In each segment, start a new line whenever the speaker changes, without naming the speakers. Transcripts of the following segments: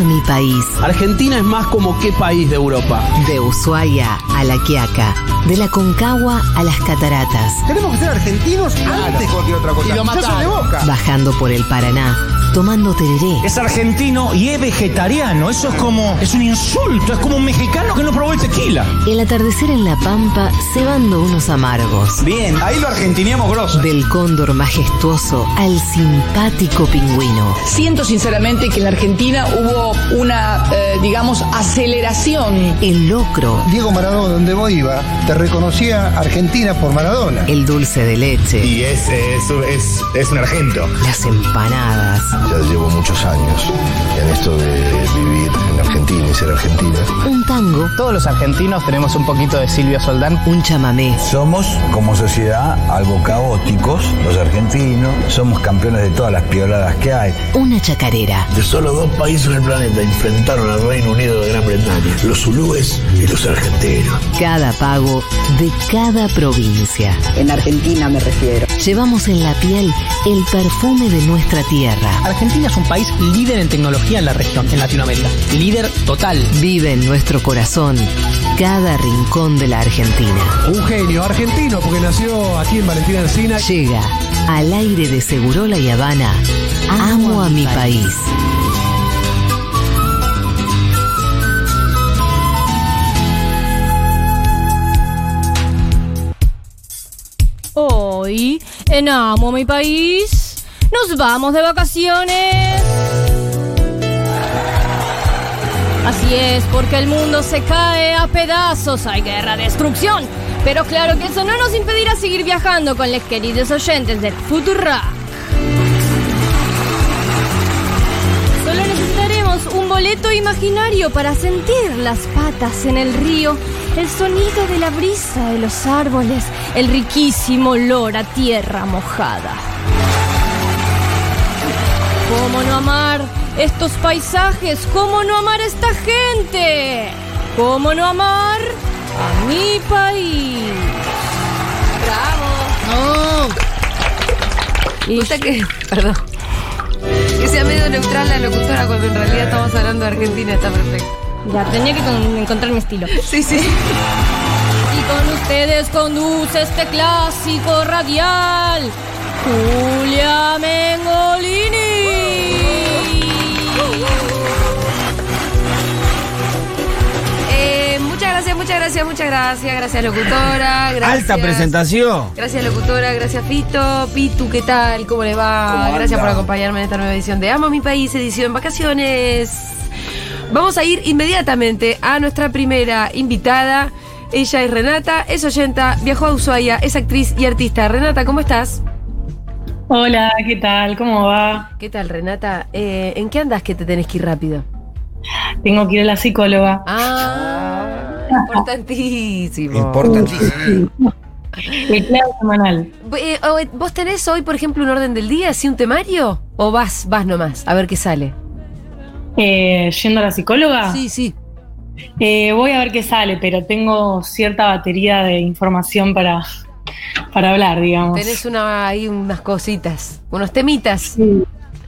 el país.
Argentina es más como qué país de Europa.
De Ushuaia a La Quiaca. De la Concagua a las Cataratas.
Tenemos que ser argentinos antes que cualquier otra cosa.
Y lo
Ya son de
mataron.
boca.
Bajando por el Paraná. Tomando tereré.
Es argentino y es vegetariano. Eso es como. Es un insulto. Es como un mexicano que no probó el tequila.
El atardecer en La Pampa cebando unos amargos.
Bien, ahí lo argentineamos grosso.
Del cóndor majestuoso al simpático pingüino.
Siento sinceramente que en la Argentina hubo una, eh, digamos, aceleración.
El locro.
Diego Maradona, donde vos ibas, te reconocía Argentina por Maradona.
El dulce de leche.
Y es, es, es, es un argento.
Las empanadas.
Ya llevo muchos años en esto de vivir en Argentina y ser argentina.
Un tango.
Todos los argentinos tenemos un poquito de Silvio Soldán.
Un chamamé.
Somos como sociedad algo caóticos, los argentinos, somos campeones de todas las pioladas que hay.
Una chacarera.
De solo dos países en el planeta enfrentaron al Reino Unido de Gran Bretaña, los zulúes y los argentinos.
Cada pago de cada provincia.
En Argentina me refiero.
Llevamos en la piel el perfume de nuestra tierra.
Argentina es un país líder en tecnología en la región, en Latinoamérica. Líder total.
Vive en nuestro corazón cada rincón de la Argentina.
Un genio argentino, porque nació aquí en Valentina Encina.
Llega al aire de Segurola y Habana. Amo a mi país.
Hoy, en Amo Mi País, nos vamos de vacaciones. Así es, porque el mundo se cae a pedazos, hay guerra, destrucción. Pero claro que eso no nos impedirá seguir viajando con los queridos oyentes del Futurra. Solo necesitaremos un boleto imaginario para sentir las patas en el río, el sonido de la brisa de los árboles, el riquísimo olor a tierra mojada. ¿Cómo no amar estos paisajes? ¿Cómo no amar esta gente? ¿Cómo no amar a mi país? ¡Bravo!
No,
Y-
me gusta que. Perdón. Que sea medio neutral la locutora cuando en realidad estamos hablando de Argentina, está perfecto.
Ya tenía que con- encontrar mi estilo.
Sí, sí.
Y con ustedes conduce este clásico radial, Julia Mengolini.
Eh, muchas gracias, muchas gracias, muchas gracias. Gracias, locutora. Gracias.
Alta presentación.
Gracias, locutora. Gracias, Fito. Pitu, ¿qué tal? ¿Cómo le va?
¿Cómo
gracias
anda?
por acompañarme en esta nueva edición de Amo mi país, edición vacaciones. Vamos a ir inmediatamente a nuestra primera invitada. Ella es Renata, es oyenta, viajó a Ushuaia, es actriz y artista. Renata, ¿cómo estás?
Hola, ¿qué tal? ¿Cómo va?
¿Qué tal, Renata? Eh, ¿En qué andas que te tenés que ir rápido?
Tengo que ir a la psicóloga.
Ah, importantísimo.
Importantísimo.
El clavo semanal.
Eh, o- ¿Vos tenés hoy, por ejemplo, un orden del día, así un temario? ¿O vas, vas nomás, a ver qué sale?
Eh, yendo a la psicóloga,
Sí, sí.
eh, voy a ver qué sale, pero tengo cierta batería de información para, para hablar, digamos.
Tenés una, ahí unas cositas, unos temitas.
Sí.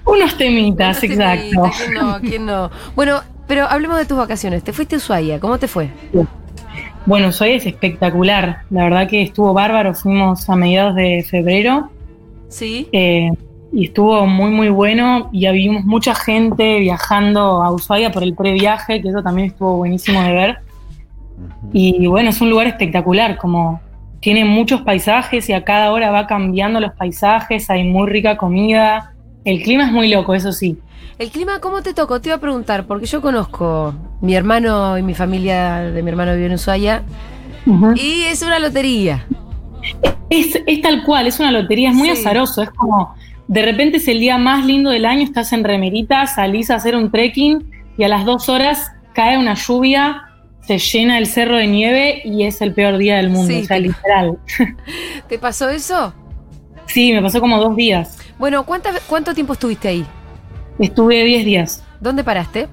Unos temitas,
Unos
exacto.
temitas, ¿Quién no? ¿Quién no? Bueno, pero hablemos de tus vacaciones. Te fuiste a Ushuaia, ¿cómo te fue?
Bueno, soy es espectacular. La verdad que estuvo bárbaro. Fuimos a mediados de febrero.
Sí.
Eh, y estuvo muy, muy bueno. Y vimos mucha gente viajando a Ushuaia por el previaje, que eso también estuvo buenísimo de ver. Y bueno, es un lugar espectacular, como tiene muchos paisajes y a cada hora va cambiando los paisajes, hay muy rica comida. El clima es muy loco, eso sí.
¿El clima cómo te tocó? Te iba a preguntar, porque yo conozco mi hermano y mi familia de mi hermano vive en Ushuaia. Y es una lotería.
Es, es tal cual, es una lotería, es muy
Sí.
azaroso, es como de repente es el día más lindo del año, estás en remerita, salís a hacer un trekking y a las dos horas cae una lluvia, se llena el cerro de nieve y es el peor día del mundo,
Sí.
o sea, literal.
¿Te pasó eso?
Sí, me pasó como dos días,
Bueno, ¿cuántas- ¿cuánto tiempo estuviste ahí?
estuve 10 días,
¿Dónde paraste?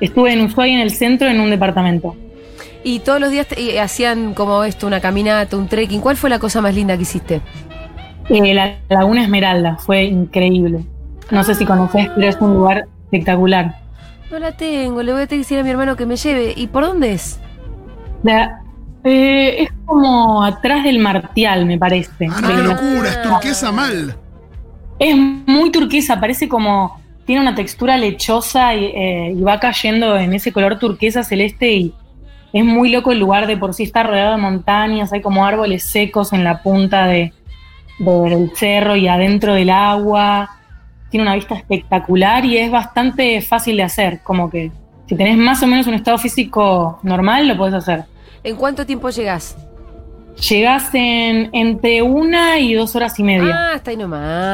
estuve en Ushuaia en el centro en un departamento.
Y todos los días te- y hacían como esto, una caminata, un trekking. ¿Cuál fue la cosa más linda que hiciste?
Eh, la
Ah.
Laguna Esmeralda fue increíble, no sé si conocés, pero es un lugar espectacular.
No la tengo, le voy a tener que decir a mi hermano que me lleve. ¿Y por dónde es?
La- eh, es como atrás del Martial, me parece.
Ah, qué locura, es turquesa mal.
Es muy turquesa, parece como. Tiene una textura lechosa y, eh, y va cayendo en ese color turquesa celeste y es muy loco el lugar de por sí. Está rodeado de montañas, hay como árboles secos en la punta de, de- del cerro y adentro del agua. Tiene una vista espectacular y es bastante fácil de hacer. Como que si tenés más o menos un estado físico normal, lo podés hacer.
¿En cuánto tiempo llegás?
Llegás en, entre una y dos horas y media.
Ah, está ahí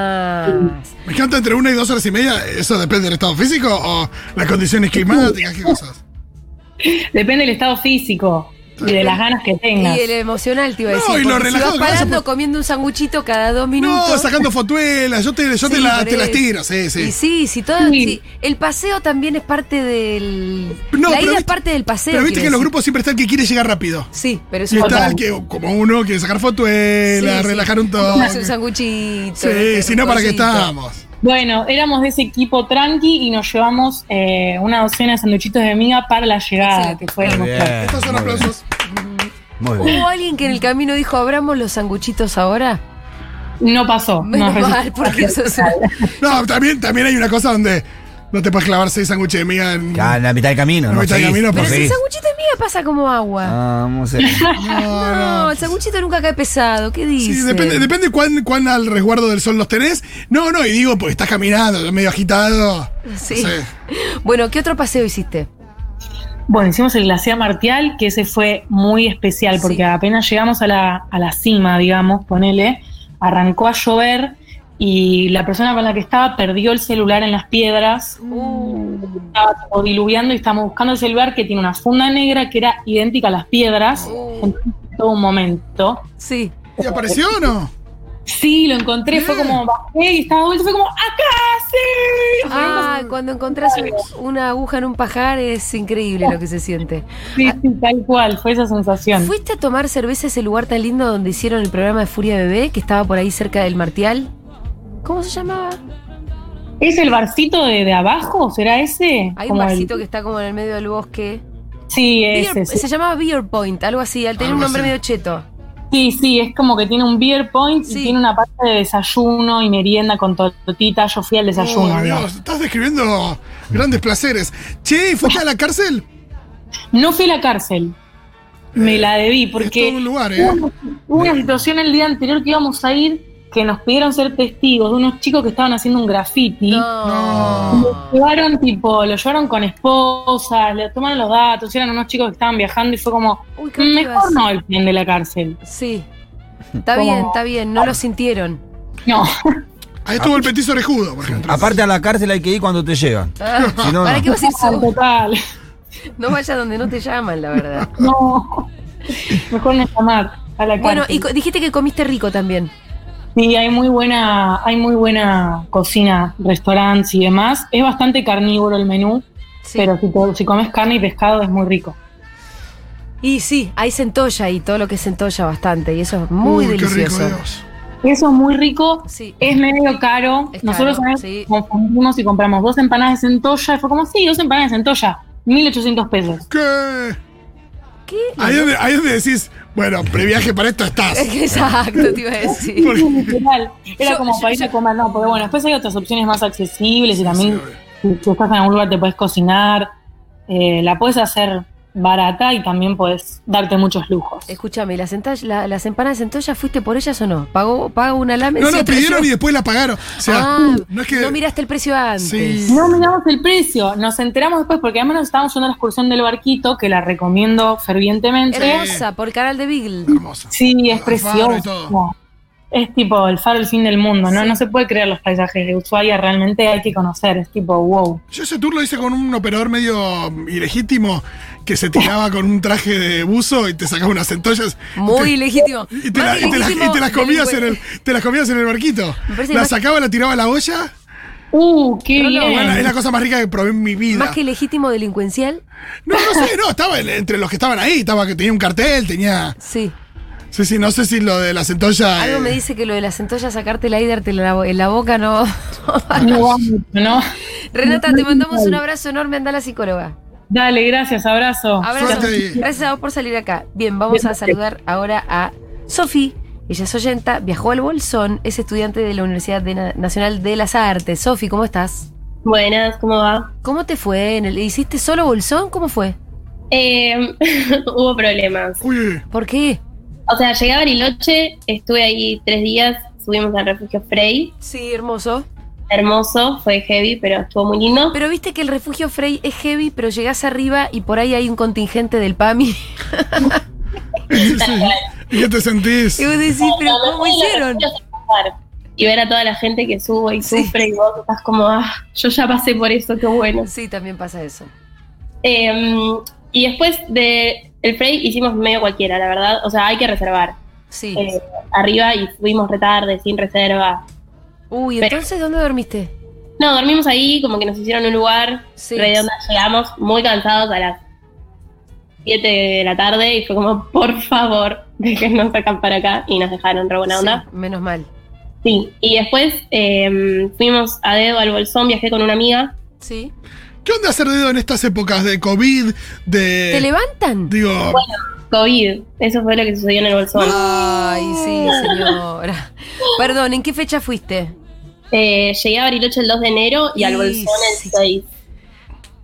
nomás.
Me encanta entre una y dos horas y media. ¿Eso depende del estado físico o las condiciones climáticas? ¿Qué cosas?
Uh,
Depende del estado físico y de las ganas que tengas.
Y el emocional te iba a
No,
decir.
y lo
porque si
relajado
vas
que vas a
parando comiendo un sanguchito cada dos minutos.
No, sacando fotuelas. Yo te, yo te
Sí,
la-
por
te las
eso.
tiro, sí, sí.
Y sí, si todo, si- el paseo también es parte del.
No,
la
pero
ida es
viste-
parte del paseo.
Pero viste
quiero
que en los
decir.
grupos siempre está el que quiere llegar rápido.
Sí, pero es
Y está
fatal.
el que, como uno, quiere sacar fotuelas,
Sí, sí.
relajar un
Hacer un
toque.
sanguchito.
Sí, si no, ¿para qué
cosito.
estamos?
Bueno, éramos de ese equipo tranqui y nos llevamos eh, una docena de sanduchitos de miga para la llegada, que fue
Muy bien,
demostrar.
Estos son
muy bien,
aplausos.
Muy bien.
¿Hubo alguien que en el camino dijo, abramos los sanguchitos ahora?
No pasó.
Menos
no
mal, porque eso es...
No, también, también hay una cosa donde no te puedes clavar seis sándwiches de miga en.
Ya, en la mitad del camino,
En
¿no?
mitad del
Seguís,
camino,
no
Pero si el
seguís.
sanguchito de miga pasa como agua.
Vamos eh. a-
Ah, No,
No, el sanguchito nunca cae pesado. ¿Qué dices?
Sí, depende, depende cuán, cuán al resguardo del sol los tenés. No, no, y digo, pues estás caminando, medio agitado.
Sí.
No sé.
Bueno, ¿qué otro paseo hiciste?
Bueno, hicimos el glaciar Martial, que ese fue muy especial, porque apenas llegamos a la, a la cima, digamos, ponele, arrancó a llover y la persona con la que estaba perdió el celular en las piedras. Uh. Estaba como diluviando y estábamos buscando el celular que tiene una funda negra que era idéntica a las piedras.
Uh.
Entonces, todo un momento.
Sí.
¿Y apareció o no?
Sí, lo encontré, fue como
Mm.
bajé y estaba vuelto, fue como ¡acá! ¡Sí!
Ah, cuando encontrás un- una aguja en un pajar es increíble lo que se siente.
Sí, sí, tal cual, fue esa sensación.
¿Fuiste a tomar cerveza a ese lugar tan lindo donde hicieron el programa de Furia Bebé, que estaba por ahí cerca del Martial? ¿Cómo se llamaba?
¿Es el barcito de, de abajo? ¿Será ese?
Hay un
Como el-
barcito que está como en el medio del bosque.
Sí, ese.
Beer-
sí.
Se llamaba Beer Point, algo así, al tener
Algo
un nombre
así.
medio cheto.
Sí, sí, es como que tiene un beer point y tiene una parte de desayuno y merienda con tortita. Yo fui al desayuno.
Oh,
no.
Dios, estás describiendo grandes placeres. Che, ¿fuiste a la cárcel?
No fui a la cárcel.
Eh,
Me la debí porque
todo un lugar, ¿eh?
hubo hubo una situación el día anterior que íbamos a ir que nos pidieron ser testigos de unos chicos que estaban haciendo un graffiti. Lo llevaron tipo, lo llevaron con esposas, le tomaron los datos, eran unos chicos que estaban viajando y fue como,
Uy, qué
mejor
horror.
no el plan de la cárcel.
Sí. Está
¿Cómo?
bien, está bien, no lo sintieron.
No.
Ahí estuvo el petiso orejudo, por ejemplo.
Aparte a la cárcel hay que ir cuando te llegan.
Ah,
Si no,
¿Para
no.
qué vas a ir solo?
Total.
No vayas donde no te llaman, la verdad.
No. Mejor no llamar a la
Bueno,
cárcel.
y co- dijiste que comiste rico también.
Sí, hay muy buena, hay muy buena cocina, restaurantes y demás. Es bastante carnívoro el menú,
Sí.
pero si, to- si comes carne y pescado es muy rico.
Y sí, hay centolla y todo lo que es centolla bastante, y eso es muy
Uy, qué rico,
delicioso.
Dios.
Eso es muy rico,
Sí.
es medio caro.
Es
Nosotros
caro,
a veces
sí.
confundimos y compramos dos empanadas de centolla. Y fue como, sí, dos empanadas de centolla, 1800 pesos.
¿Qué?
¿Qué?
Ahí donde, ahí donde decís, bueno, previaje para esto estás.
Exacto, te iba a decir.
Porque-
Literal. Era
Yo-
como
yo-
para ir a
yo-
comer, no, pero bueno, después hay otras opciones más accesibles y también
Sí, obvio.
si tú estás en algún lugar te puedes cocinar, eh, la puedes hacer barata y también puedes darte muchos lujos.
Escúchame, ¿las, enta- la- las empanadas de centolla fuiste por ellas o no? ¿Pagó, pago una lámina?
No, no, pidieron y después la pagaron. O sea, no
Ah, no,
es que.
miraste el precio antes.
Sí.
No miramos el precio, nos enteramos después porque además nos estábamos yendo a la excursión del barquito, que la recomiendo fervientemente.
Hermosa, por canal de Beagle.
Hermosa.
Sí, es
Con el faro y todo.
precioso. Es tipo el faro, el fin del mundo, ¿no?
Sí.
No se puede creer los paisajes de Ushuaia, realmente hay que conocer, es tipo wow.
Yo ese tour lo hice con un operador medio ilegítimo que se tiraba con un traje de buzo y te sacaba unas centollas.
Muy legítimo.
Y te, la- y te la- y te las comías en el, te las comías en el barquito.
Me parece
La
más-
sacaba, la tiraba a la olla.
Uh, qué
No, no,
bien.
Es la- es la cosa más rica que probé en mi vida.
Más que legítimo delincuencial.
No, no sé, no, estaba en- entre los que estaban ahí, estaba que tenía un cartel, tenía.
Sí.
Sí, sí, no sé si lo de la centolla.
Algo
eh,
me dice que lo de la centolla, sacártela y dártela en la bo- en la boca, no.
No va mucho, ¿no?
Renata, te mandamos un abrazo enorme, anda a la psicóloga.
Dale, gracias, abrazo.
Abrazo. Gracias a vos por salir acá. Bien, vamos a saludar ahora a Sofi. Ella es oyenta, viajó al Bolsón, es estudiante de la Universidad de Na- Nacional de las Artes. Sofi, ¿cómo estás?
Buenas, ¿cómo va?
¿Cómo te fue? en el- ¿Hiciste solo Bolsón? ¿Cómo fue?
Eh, hubo problemas.
¿Por qué?
O sea, llegué a Bariloche, estuve ahí tres días, subimos al refugio Frey.
Sí, hermoso.
Hermoso, fue heavy, pero estuvo muy lindo.
Pero viste que el refugio Frey es heavy, pero llegás arriba y por ahí hay un contingente del PAMI.
¿Y qué te sentís?
Y vos decís, pero ¿cómo hicieron?
Y ver a toda la gente que sube y sufre y vos estás como, ah, yo ya pasé por eso, qué bueno. Em,
Sí, también pasa eso.
y después de el Frey hicimos medio cualquiera, la verdad. O sea, hay que reservar. Eh,
Sí.
arriba y fuimos retarde, sin reserva.
Uy,
Pero-
entonces, ¿dónde dormiste?
No, dormimos ahí, como que nos hicieron un lugar redonda. Llegamos muy cansados a las 7 de la tarde y fue como, por favor, déjennos acampar acá. Y nos dejaron re buena
Sí,
onda.
menos mal.
Sí, y después eh, fuimos a dedo al Bolsón, viajé con una amiga.
Sí.
¿Qué onda hacer dedo en estas épocas de COVID? De,
¿Te levantan?
Digo,
Bueno, COVID, eso fue lo que sucedió en el Bolsón.
Ay, sí, señora. Perdón, ¿en qué fecha fuiste?
Eh, llegué a Bariloche el 2 de enero y al
Sí,
Bolsón el 6.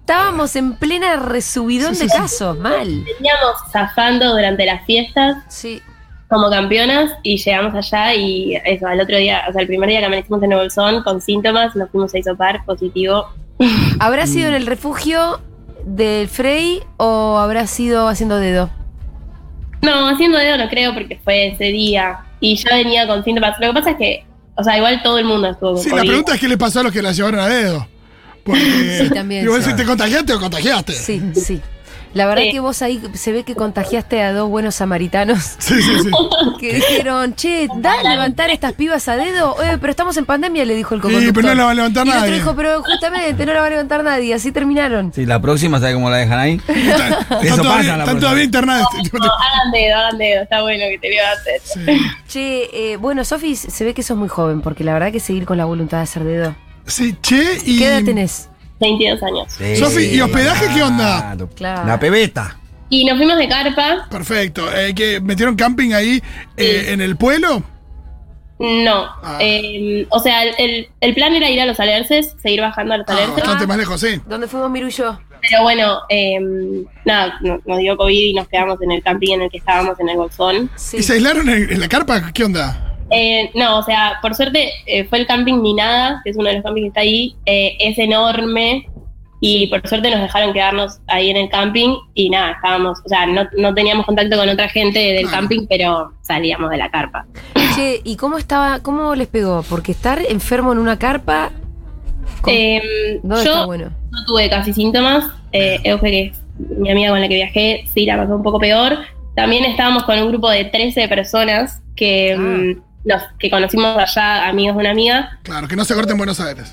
Estábamos en plena resubidón de casos, mal.
Veníamos zafando durante las fiestas.
Sí.
Como campeonas y llegamos allá y eso, al otro día, o sea, el primer día que amanecimos en el Bolsón con síntomas, nos fuimos a isopar positivo.
¿Habrá sido
Mm.
en el refugio del Frey o habrá sido haciendo dedo?
No, haciendo dedo no creo porque fue ese día y ya venía con síntomas. Lo que pasa es que, o sea, igual todo el mundo estuvo con
sí, la
COVID.
pregunta es qué le pasó a los que la llevaron a dedo. Porque
Sí, también,
igual
sí.
si te contagiaste o contagiaste.
Sí,
Mm.
sí. La
Eh.
verdad que vos ahí se ve que contagiaste a dos buenos samaritanos.
Sí, sí, sí.
Que dijeron, che, da a levantar a estas pibas a dedo. Eh, pero estamos en pandemia, le dijo el
Sí,
coconductor.
pero no la va a levantar
y el otro
nadie.
dijo, pero justamente no la va a levantar nadie. Así terminaron.
Sí, la próxima, ¿sabe cómo la dejan ahí?
Están
Eso pasa
todavía,
la
están
próxima.
todavía internadas.
No, hagan dedo, hagan dedo, está bueno que te vio hacer.
Che, eh, bueno, Sofi, se ve que sos muy joven, porque la verdad que seguir con la voluntad de hacer dedo.
Sí, che, y.
¿Qué edad tenés?
22 años.
Sí.
Sofi, ¿y hospedaje qué onda?
Claro.
La pebeta.
Y nos fuimos de carpa.
Perfecto. Eh, que ¿Metieron camping ahí eh, en el pueblo?
No, eh, o sea, el, el- el plan era ir a los alerces, seguir bajando a
Ah,
los alerces.
Bastante más lejos, sí.
¿Dónde fuimos Miru y yo?
Pero bueno, eh, nada, no- nos dio COVID y nos quedamos en el camping en el que estábamos, en el Bolsón.
¿Y se aislaron en, en la carpa? ¿Qué onda?
Eh, no, o sea, por suerte eh, fue el camping ni nada, que es uno de los campings que está ahí, eh, es enorme y por suerte nos dejaron quedarnos ahí en el camping y nada, estábamos, o sea, no, no teníamos contacto con otra gente del camping, pero salíamos de la carpa.
Che, ¿y cómo estaba, cómo les pegó? Porque estar enfermo en una carpa. ¿cómo?
Eh,
¿Dónde
yo
está bueno?
no tuve casi síntomas, eh, Euge, que es mi amiga con la que viajé, sí la pasó un poco peor. También estábamos con un grupo de 13 personas que, mm,
Ah.
los, que conocimos allá, amigos de una amiga,
Claro, que no se corte en Buenos Aires.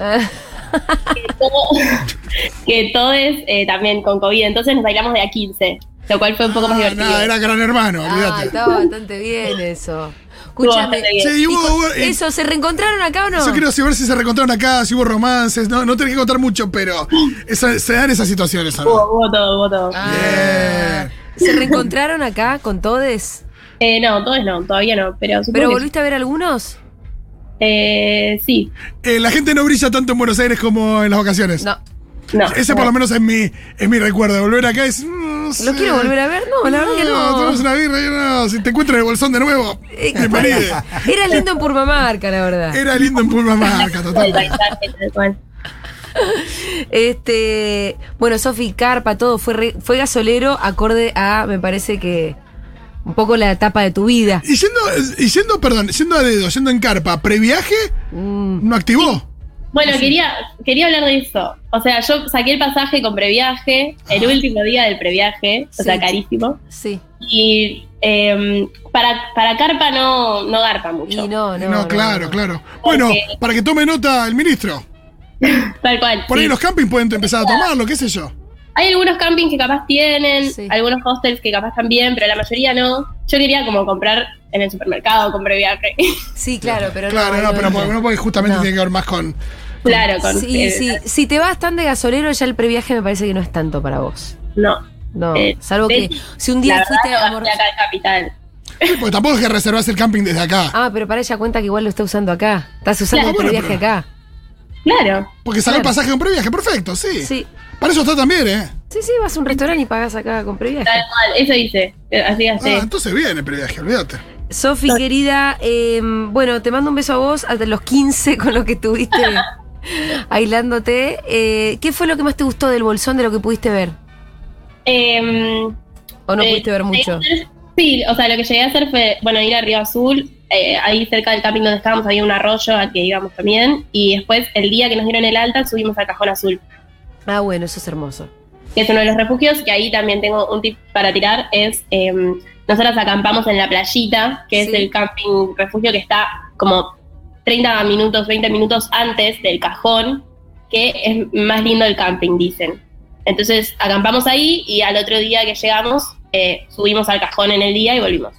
que todos eh, también con COVID, entonces nos bailamos de a 15, lo cual fue un poco más divertido.
Ah, Nada, era gran hermano,
Ah,
olvídate.
estaba bastante bien eso. Escúchame.
bastante bien.
Che, y hubo-
y con-
hubo- eh,
eso, ¿se reencontraron acá o no?
Yo quiero saber si se reencontraron acá, si hubo romances. No, no tenés que contar mucho, pero esa- se dan esas situaciones. ¿sabes?
Hubo, hubo todo, hubo
Ah.
todo.
Ah. ¿Se reencontraron acá con todes?
Eh, no, todos no, todavía no, pero supongo
¿Pero
que-
volviste a ver algunos?
Eh, sí.
Eh, la gente no brilla tanto en Buenos Aires como en las vacaciones.
No.
No.
Ese por lo menos es mi, es mi recuerdo. De volver acá es. mm, no sé.
quiero volver a ver? No, la verdad que no. Eh,
tomamos una birra y no, Si te encuentras en el bolsón de nuevo, bienvenida.
Era lindo en Purmamarca, la verdad.
Era lindo en Purmamarca,
El
total.
paisaje, tal cual.
Eh.
Este, bueno, Sofi Carpa, todo fue re- fue gasolero, acorde a, me parece que un poco la etapa de tu vida.
Y yendo, y yendo, perdón, yendo a dedo, yendo en carpa, previaje,
Mm.
no activó.
Bueno, quería, quería hablar de eso. O sea, yo saqué el pasaje con previaje, el último día del previaje, o sea, carísimo.
Ah. Sí.
Y eh, para, para Carpa no, no garpa mucho.
no,
No, claro, claro. Bueno,
Porque-
para que tome nota el ministro.
Tal cual.
Por ahí
sí.
los campings pueden empezar a tomarlo, qué sé yo.
Hay algunos campings que capaz tienen, algunos hostels que capaz también, pero la mayoría no. Yo quería como comprar en el supermercado, compré viaje.
Sí, claro, pero
Claro, no, pero porque- no, porque justamente tiene que ver más con,
Claro, con.
Sí,
eh,
sí. Si te vas tan de gasolero, ya el previaje me parece que no es tanto para vos.
No.
No,
Eh,
salvo que
de-
si un día
la
fuiste
verdad,
a
no
Mor-
gasté acá en capital.
Sí, porque tampoco es que reservas el camping desde acá.
Ah, pero para ella cuenta que igual lo está usando acá. Estás usando
Claro.
el
Bueno,
previaje acá.
Claro.
Porque sale el
Claro.
pasaje de un previaje, perfecto, sí.
Sí.
Para eso está también, ¿eh?
Sí, sí, vas a un restaurante y pagas acá con previaje.
Tal cual, eso hice. eh, Así gasté.
Ah, entonces viene el previaje, olvídate.
Sofi, querida, eh, bueno, te mando un beso a vos, hasta los 15 con lo que estuviste aislándote. Eh, ¿Qué fue lo que más te gustó del bolsón de lo que pudiste ver?
Em,
¿O no
Eh,
pudiste ver mucho?
Sí, o sea, lo que llegué a hacer fue, bueno, ir a Río Azul, eh, ahí cerca del camping donde estábamos había un arroyo al que íbamos también, y después el día que nos dieron el alta subimos al Cajón Azul,
Ah, bueno, eso es hermoso.
que es uno de los refugios, que ahí también tengo un tip para tirar, es em, nosotras acampamos en la playita, que es el camping refugio que está como 30 minutos, 20 minutos antes del este, cajón, que es más lindo el camping, dicen. Entonces acampamos ahí y al otro día que llegamos eh, subimos al cajón en el día y volvimos.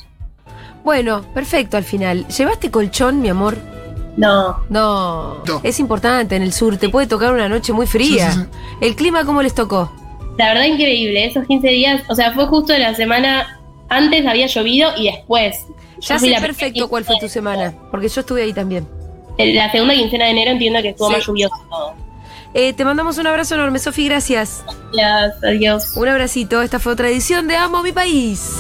Bueno, perfecto al final. ¿Llevaste colchón, mi amor?
No.
No. Es importante en el sur, te puede tocar una noche muy fría.
Sí,
¿El clima cómo les tocó?
La verdad increíble, esos 15 días, o sea, fue justo la semana antes había llovido y después.
Ya
Yo fui
sé
la,
perfecto cuál fue tu semana, porque yo estuve ahí también.
la segunda quincena de enero entiendo que estuvo
Sí.
más lluvioso todo.
Eh, te mandamos un abrazo enorme, Sofi, gracias.
Gracias, adiós.
Un abracito, esta fue otra edición de Amo mi país.